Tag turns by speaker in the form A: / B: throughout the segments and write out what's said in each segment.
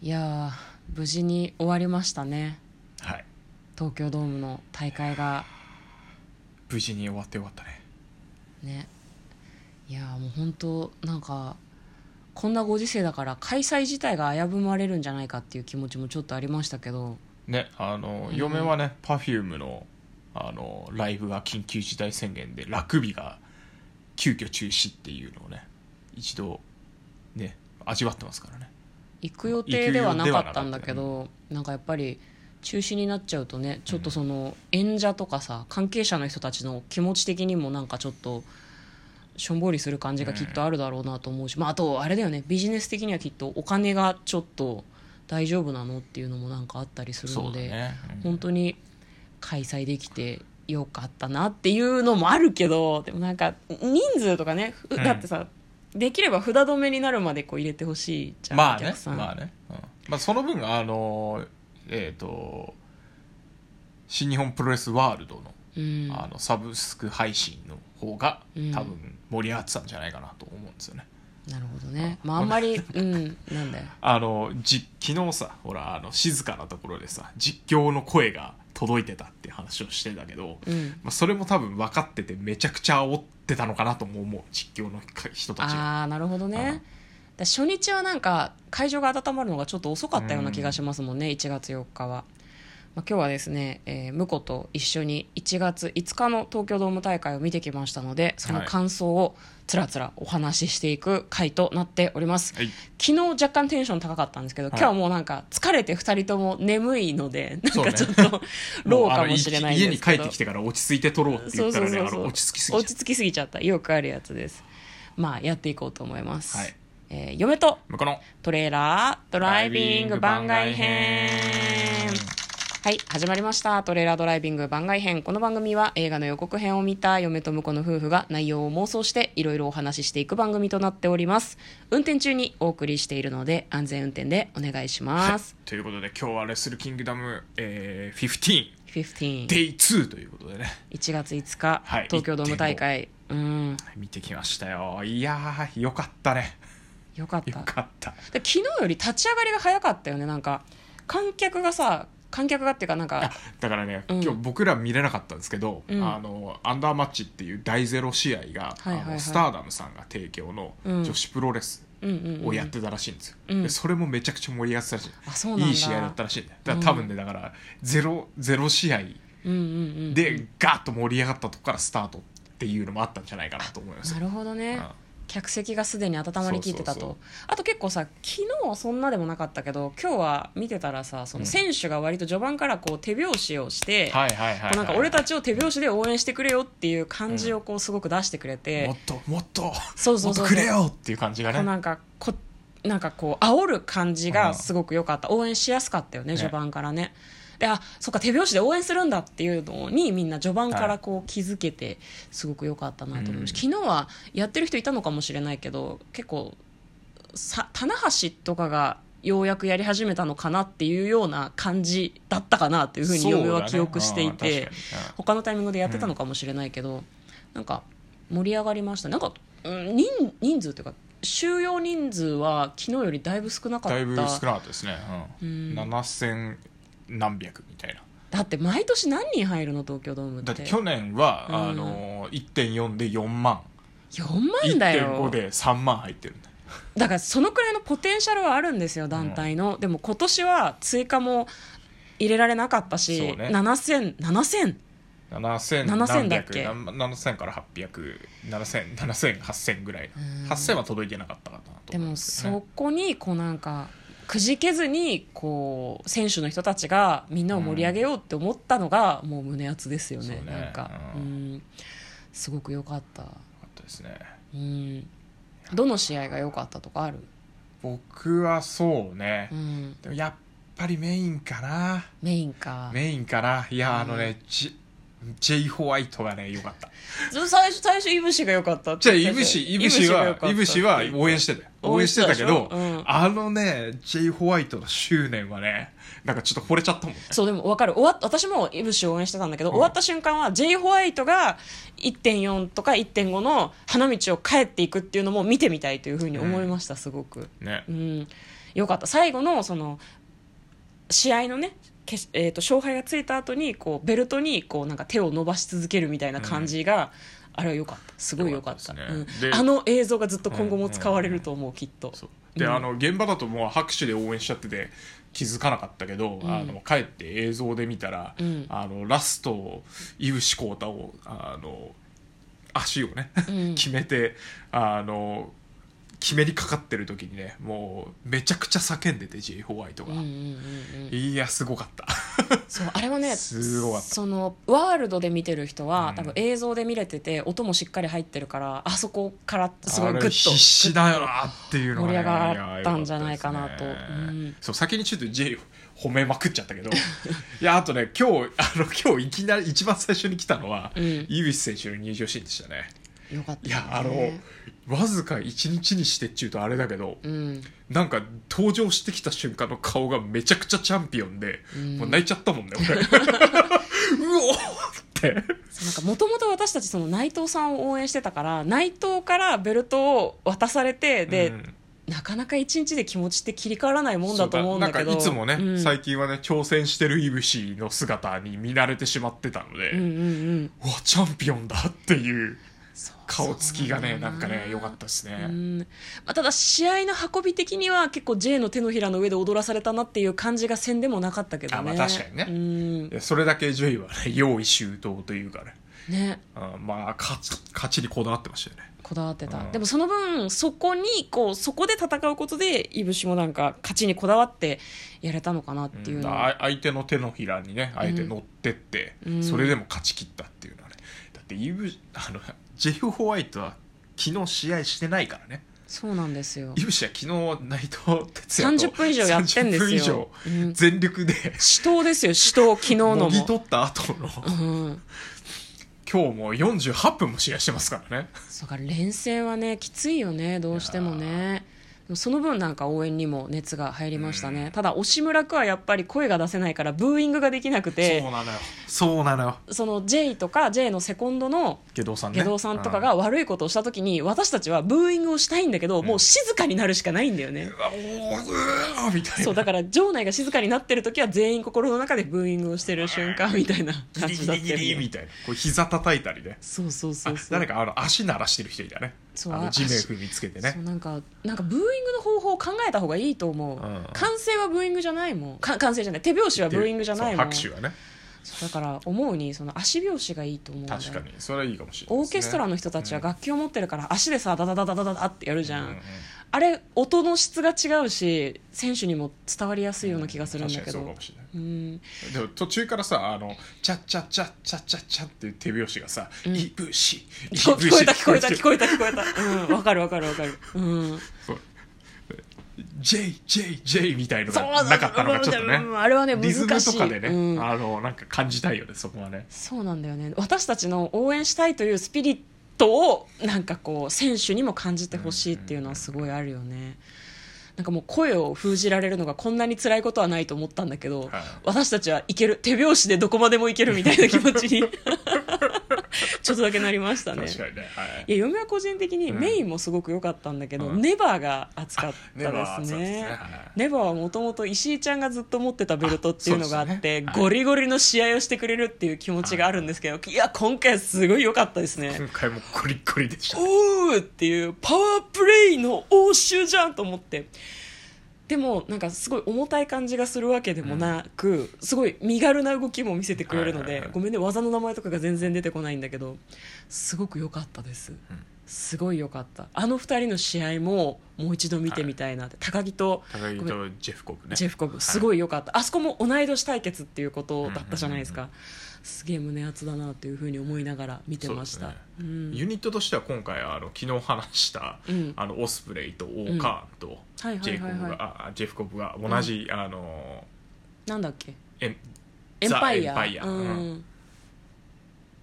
A: いやー無事に終わりましたね
B: はい
A: 東京ドームの大会が
B: 無事に終わってよかったね
A: ねいやーもう本当なんかこんなご時世だから開催自体が危ぶまれるんじゃないかっていう気持ちもちょっとありましたけど
B: ねあの、
A: うん
B: 嫁はね Perfume のあのライブが緊急事態宣言でラクビが急遽中止っていうのをね一度ね味わってますからね
A: 行く予定ではなかったんだけ
B: 行く
A: どなんかやっぱり中止になっちゃうとねちょっとその演者とかさ関係者の人たちの気持ち的にもなんかちょっとしょんぼりする感じがきっとあるだろうなと思うし、まあ、あとあれだよねビジネス的にはきっとお金がちょっと大丈夫なのっていうのもなんかあったりする
B: そ
A: の
B: うだ
A: で、
B: ね、うん
A: 本当に開催できてよかったなっていうのもあるけどでもなんか人数とかね、ふ
B: うん
A: だってさできれば札止めになるまでこう入れてほしいじゃん、
B: まあ
A: お
B: ね
A: 客さん、
B: まあね、うんまあ、その分あのえっ、と新日本プロレスワールドの
A: うん、
B: あのサブスク配信の方が
A: うん
B: 多分盛り上がってたんじゃないかなと思うんですよね、
A: なるほどねまああんまりうんなんだよ
B: あのじ昨日さほらあの静かなところでさ実況の声が届いてたって話をしてたけど、
A: うん
B: まあ、それも多分分かっててめちゃくちゃ煽ってたのかなとも思う実況の人たちが
A: ああなるほど
B: うん
A: ねだ初日はなんか会場が温まるのがちょっと遅かったような気がしますもんね、1月4日は、まあ、今日はですね、えー、向子と一緒に1月5日の東京ドーム大会を見てきましたのでその感想をつらつらお話ししていく回となっております、
B: はい
A: 昨日若干テンション高かったんですけど、
B: はい
A: 今日はもうなんか疲れて2人とも眠いのでなん
B: そうね
A: かちょっ とロー
B: あ
A: か
B: の
A: もしれないん
B: 家
A: で
B: に
A: すけ
B: 帰っ
A: ど
B: てきてから落ち着いて撮ろうって言ったらねあの落ち着きすぎちゃ
A: 落ち着きすぎちゃったよくあるやつですまあやっていこうと思います、
B: はい
A: えー嫁と
B: う向こうの
A: トレーラードライビング番外編はい始まりましたトレーラードライビング番外編この番組は映画の予告編を見た嫁と婿の夫婦が内容を妄想していろいろお話ししていく番組となっております運転中にお送りしているので安全運転でお願いします、
B: ということで今日は「レッスルキングダム、えー、15」
A: 151
B: Day2 ということでね
A: 月5日、
B: はい
A: 東京ドーム大会うん
B: 見てきましたよいやーよかったね
A: よかっ
B: よ
A: た
B: かった
A: で昨日より立ち上がりが早かったよねなんか観客がさ観客がっていうかなんか
B: だからね、
A: うん
B: 今日僕ら見れなかったんですけど、
A: うん
B: あのアンダーマッチっていう第ゼロ試合が、
A: はいはいはい
B: あのスターダムさんが提供の
A: うん
B: 女子プロレス
A: うんうん、う
B: を
A: ん、
B: やってたらしいんですよ、
A: うん
B: でそれもめちゃくちゃ盛り上がってたらしい、
A: あそうなんだ
B: いい試合だったらしいんだよだから多分ね、だからゼロゼロ試合
A: うんうんうん
B: でガーッと盛り上がったとこからスタートっていうのもあったんじゃないかなと思います
A: なるほどね、
B: うん
A: 客席がすでに温まりきってたと
B: そうそう
A: あと結構さ昨日はそんなでもなかったけど今日は見てたらさその選手が割と序盤からこう手拍子をして、
B: はいはいはい、は
A: こ
B: い、
A: うなんか俺たちを手拍子で応援してくれよっていう感じをこうすごく出してくれて、
B: もっともっと
A: そうそうそうそう
B: もっとくれよっていう感じが
A: こう
B: ね
A: なんかこなんかこう煽る感じ
B: う
A: が
B: ん
A: すごく良かった応援しやすかったよね
B: ね
A: 序盤からねであそっか手拍子で応援するんだっていうのにみんな序盤からこう気づけてすごく良かったなと思いました、昨日はやってる人いたのかもしれないけど結構さ棚橋とかがようやくやり始めたのかなっていうような感じだったかなっていうふうに嫁は記憶していて、
B: そうだねうん確かにうん
A: 他のタイミングでやってたのかもしれないけど、なんか盛り上がりましたなんか、うん、人人数というか収容人数は昨日よりだいぶ少なかった
B: だいぶ少なかったですね、う
A: うん
B: ん、7000何百みたいな
A: だって毎年何人入るの東京ドームって
B: だって去年は、
A: うん
B: あの1.4で4万
A: 4万だ
B: 1.5
A: よ
B: で3万入ってるんだ
A: だからそのくらいのポテンシャルはあるんですよ団体の、でも今年は追加も入れられなかったし、
B: そうね
A: 7000 7000
B: 7000
A: 7000
B: 何
A: だっ
B: 百
A: け
B: 何7000から80070008000ぐらい
A: うん
B: 8000は届いてなかったかなと
A: で
B: 思うん
A: も
B: すけどね
A: そこにこうなんかくじけずにこう選手の人たちがみんなを盛り上げようって思ったのがもう胸熱ですよね,、
B: そうね
A: なんか、う
B: うんん
A: すごく良かった、
B: よかったですね
A: うん、どの試合が良かったとかある、
B: 僕はそうね
A: う、ん、
B: でもやっぱりメインかな
A: メインか
B: メインかないやあの
A: う
B: ね、ジジェイ・ホワイトがねよかった
A: ず最初最初イブシが良かったって
B: じゃあ、
A: 言っ
B: イ
A: てた
B: ブシ、イブシ
A: 良
B: は
A: かっ、た
B: イブシは応援してたよ。応援してた
A: 応援し
B: け
A: てたでしょう
B: ど
A: ん、
B: あのね、J. ホワイトの執念はね、なんかちょっと惚れちゃったもんね。
A: そうでも分かる終わっ私もイブシを応援してたんだけど、
B: うん
A: 終わった瞬間は J. ホワイトが1.4とか1.5の花道を帰っていくっていうのも見てみたいというふうに思いました、すごく、
B: ね
A: う。ん、よかった最後のその試合のねけしえー、と勝敗がついた後にこうベルトにこうなんか手を伸ばし続けるみたいな感じが、あれは良かったすごい良かった
B: 良かったです
A: う
B: ね
A: ん
B: で
A: あの映像がずっと今後も使われると思う、きっと
B: で、
A: うん
B: あの現場だともう拍手で応援しちゃってて気づかなかったけど、あの帰って映像で見たら、
A: うん
B: あのラスト井口浩太をあの足をね、
A: うん
B: 決めてあの決めにかかってる時にねもうめちゃくちゃ叫んでて J ホワイトが、
A: うんうんうんうん
B: いやすごかった
A: そうあれはね
B: すごかった
A: そのワールドで見てる人は、
B: うん
A: 多分映像で見れてて音もしっかり入ってるからあそこからすごい
B: あ
A: グッ
B: れ
A: と
B: 必死だよなっていうのが、
A: 盛
B: ね、
A: り上がったんじゃないかなと
B: いやよかったですね
A: うん
B: そう先にちょっと J を褒めまくっちゃったけど いやあとね今日あの今日いきなり一番最初に来たのは、
A: うん
B: 井口選手の入場シーンでしたね
A: よかった、ね、
B: いやあの、わずか1日にしてっちゅうとあれだけど
A: うん
B: なんか登場してきた瞬間の顔がめちゃくちゃチャンピオンで、
A: うん
B: もう泣いちゃったもんね 俺うおーって
A: なんかもともと私たちその内藤さんを応援してたから内藤からベルトを渡されてで、
B: うん
A: なかなか一日で気持ちって切り替わらないもんだと思うんだけど
B: そうだなんかいつも
A: う
B: ね、
A: ん
B: 最近はね挑戦してるイブシの姿に見慣れてしまってたので、
A: うんうんうん
B: うわチャンピオンだっていう
A: そう
B: 顔つきがね
A: そうだ
B: な
A: よ
B: んかね良かったですね、
A: うんまあ、ただ試合の運び的には結構 J の手のひらの上で踊らされたなっていう感じがせんでもなかったけどね
B: あまあ確かにね
A: うん
B: いやそれだけジェイはね用意周到というかね
A: ね
B: あまあ勝ち勝ちにこだわってましたよね
A: こだわってた、
B: うん
A: でもその分そこにこうそこで戦うことでいぶしもなんか勝ちにこだわってやれたのかなっていうのは、
B: あ相手の手のひらにねあえて乗ってって、
A: うん
B: それでも勝ち切ったっていうのはねだってイブあのジェイ・ホワイトは昨日試合してないからね
A: そうなんですよ
B: イブシは昨日内藤哲也と
A: 30分以上やってんですよう
B: 30
A: ん
B: 分以上全力で
A: 死闘ですよ死闘昨日の
B: も
A: も
B: ぎ取った後の
A: うん
B: 今日も48分も試合してますからね
A: そうか連戦はねきついよねどうしても
B: い
A: ねでもその分なんか応援にも熱が入りましたね、ただ押村区はやっぱり声が出せないからブーイングができなく
B: そ
A: て
B: うなのよそうなのよ
A: その J とか J のセコンドの
B: 下道さんね
A: 下道さんとかが悪いことをした時に私たちはブーイングをしたいんだけどもう静かになるしかないんだよね、
B: うわおーうわーみたいな
A: そうだから場内が静かになってる時は全員心の中でブーイングをしてる瞬間みたいな感
B: ギリ
A: じ
B: ギ
A: だった
B: リギ
A: よ
B: リ
A: ね
B: みたいなこう膝叩いたりね
A: そうそう
B: あ
A: そうそう
B: 誰かあの足鳴らしてる人いたね
A: そう
B: あの
A: あ
B: 地面踏みつけてね
A: そうなんかなんかブーイングの方法を考えた方がいいと思う、
B: うん
A: 歓声はブーイングじゃないもんか歓声じゃない手拍子はブーイングじゃないもん
B: そう拍手はね
A: そうだから思うにその足拍子がいいと思うんだよ
B: 確かにそれはいいかもしれない
A: オー
B: ですね
A: ケストラの人たちは楽器を持ってるから足でさダダダダダダダってやるじゃん、
B: うんうん
A: あれ音の質が違うし選手にも伝わりやすいような気がするんだけ
B: 確かにそ
A: ど
B: うかもしれない
A: うん
B: でも途中からさあのチャッチャッチャッチャッチャッチャっていう手拍子がさ「いぶし」「い
A: 聞こえた聞こえた聞
B: え
A: こえた聞こえたうんわかるわかるわかる うん
B: た「JJJ」みたいの
A: そう
B: がなかったのがちょっとね
A: うんあれはね難しい
B: リズムとかでね、
A: うん
B: あのなんか感じたいよねそこはね
A: そうなんだよね私たちの応援したいというスピリットをなんかこう選手にも感じてほしいっていうのはすごいあるよねなんかもう声を封じられるのがこんなに辛いことはないと思ったんだけど、
B: はい
A: 私たちはいける手拍子でどこまでもいけるみたいな気持ちに ちょっとだけなりましたね
B: 確かにねは
A: い
B: い
A: や嫁は個人的にメインもすごく良かったんだけど、
B: うん
A: ネバーが熱かった
B: ネバー
A: で
B: 熱
A: す
B: かったです
A: ね
B: ねはい
A: ネバーはもともと石井ちゃんがずっと持ってたベルトっていうのがあ
B: あそ
A: っ
B: う
A: て
B: ですねはい
A: ゴリゴリの試合をしてくれるっていう気持ちがあるんですけど、い、や今回すごい良かったですね
B: 今回もコリッコリでした
A: おーっていうパワープレイの応酬じゃんと思ってでもなんかすごい重たい感じがするわけでもなく、すごい身軽な動きも見せてくれるので、
B: はいはいはい
A: ごめんね技の名前とかが全然出てこないんだけどすごく良かったです、すごい良かったあの二人の試合ももう一度見てみたいなって、高木と
B: 高木
A: ごめん
B: とジェフコブね
A: ジェフコブすごい良かった、あそこも同い年対決っていうことだったじゃないですか、すげえ胸熱だなというふうに思いながら見てました
B: そう
A: う
B: ですね
A: ん
B: ユニットとしては今回あの昨日話した、
A: うん
B: あのオスプレイとオーカーンと
A: はいはい
B: ジェイ
A: は
B: コ
A: いはい
B: ブがあジェフコブが同じ、あの
A: なんだっけ
B: エン
A: エンパイ
B: ザエ
A: ア
B: ンパイア
A: う
B: うん
A: ん、
B: っ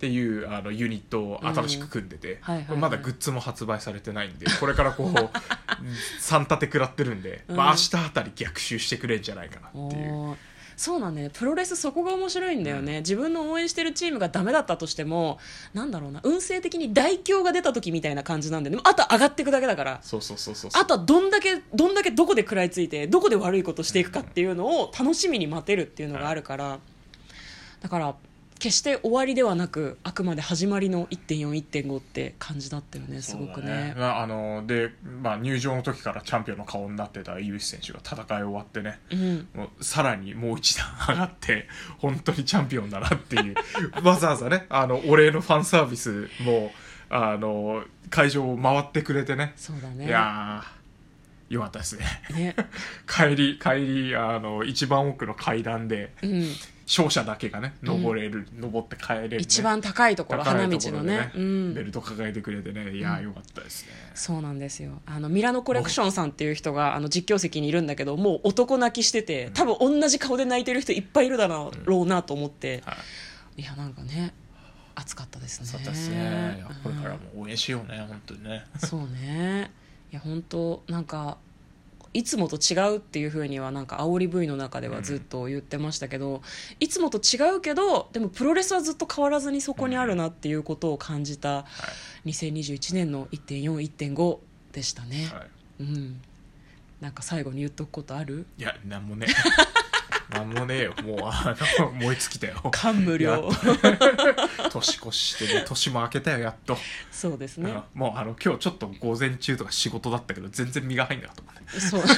B: ていうあのユニットを新しく組んでて、
A: んはいはいはい
B: これまだグッズも発売されてないんで これからこう3立て食らってるんで、
A: うん
B: まあ、明日あたり逆襲してくれんじゃないかなっていう
A: おーそうなんだよねプロレスそこが面白いんだよね、自分の応援してるチームがダメだったとしてもなんだろうな運勢的に大凶が出た時みたいな感じなんででもあとは上がっていくだけだから
B: そうそうそうそうそう
A: あとはどんだけどんだけどこで食らいついてどこで悪いことしていくかっていうのを楽しみに待てるっていうのがあるからだから決して終わりではなくあくまで始まりの1.41.5って感じだったよねすごく
B: そうだ
A: ね
B: まああので、まあ、入場の時からチャンピオンの顔になってた井口選手が戦い終わってね
A: うん
B: もうさらにもう一段上がって 本当にチャンピオンだなっていう わざわざねあのお礼のファンサービスもあの会場を回ってくれてね
A: そうだ
B: い
A: ね
B: やーよかったですね
A: ね
B: 帰り帰りあの一番奥の階段で
A: うん
B: 勝者だけがね登れる、登って帰れるね、
A: 一番高いところ
B: 高
A: 花
B: い
A: 道
B: ところ
A: の
B: で
A: ねうん
B: ベルト抱えてくれてねいやーよかったですね、
A: そうなんですよあのミラノコレクションさんっていう人があの実況席にいるんだけどもう男泣きしてて多分同じ顔で泣いてる人いっぱいいるだろうなと思って、
B: はい
A: いやなんかね暑かったですね
B: そうだですね。いやこれから
A: う
B: も応援しようね、本当にね。
A: ん そうねいや本当なんかいつもと違うっていうふうにはなんか煽り V の中ではずっと言ってましたけど、いつもと違うけどでもプロレスはずっと変わらずにそこにあるなっていうことを感じた2021年の1.41.5でしたね、
B: は
A: う
B: い。
A: んなんか最後に言っとくことある
B: いや、なんもね え。なんもねえよ。もう、あの、燃え尽きたよ。
A: 感無
B: やっ
A: 量
B: と年越してね、年も明けたよ、やっと。
A: そうですね、
B: うんもう、あの、今日ちょっと午前中とか仕事だったけど、全然身が入んなかったもんね。
A: そう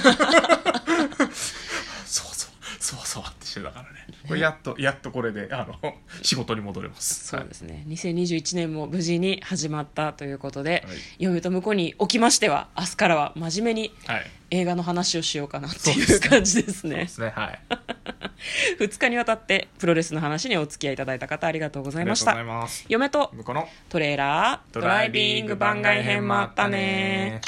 B: そうそう、そうそうってしてたからね。これやっと、やっとこれで、あの、仕事に戻れます。
A: そうですね2021年も無事に始まったということで、
B: はい
A: 嫁と婿におきましては明日からは真面目に
B: はい。はい。
A: 映画の話をしようかなって
B: そう
A: い
B: です
A: う
B: ね
A: 感じです
B: そうで
A: ね
B: すね、はい。
A: 2日にわたってプロレスの話にお付き合いいただいた方ありがとうござ
B: あ
A: い
B: り
A: ま
B: が
A: し
B: とうご
A: た
B: ざいます。
A: 嫁と
B: 向こうの
A: トレーラードライビング番外編もあったね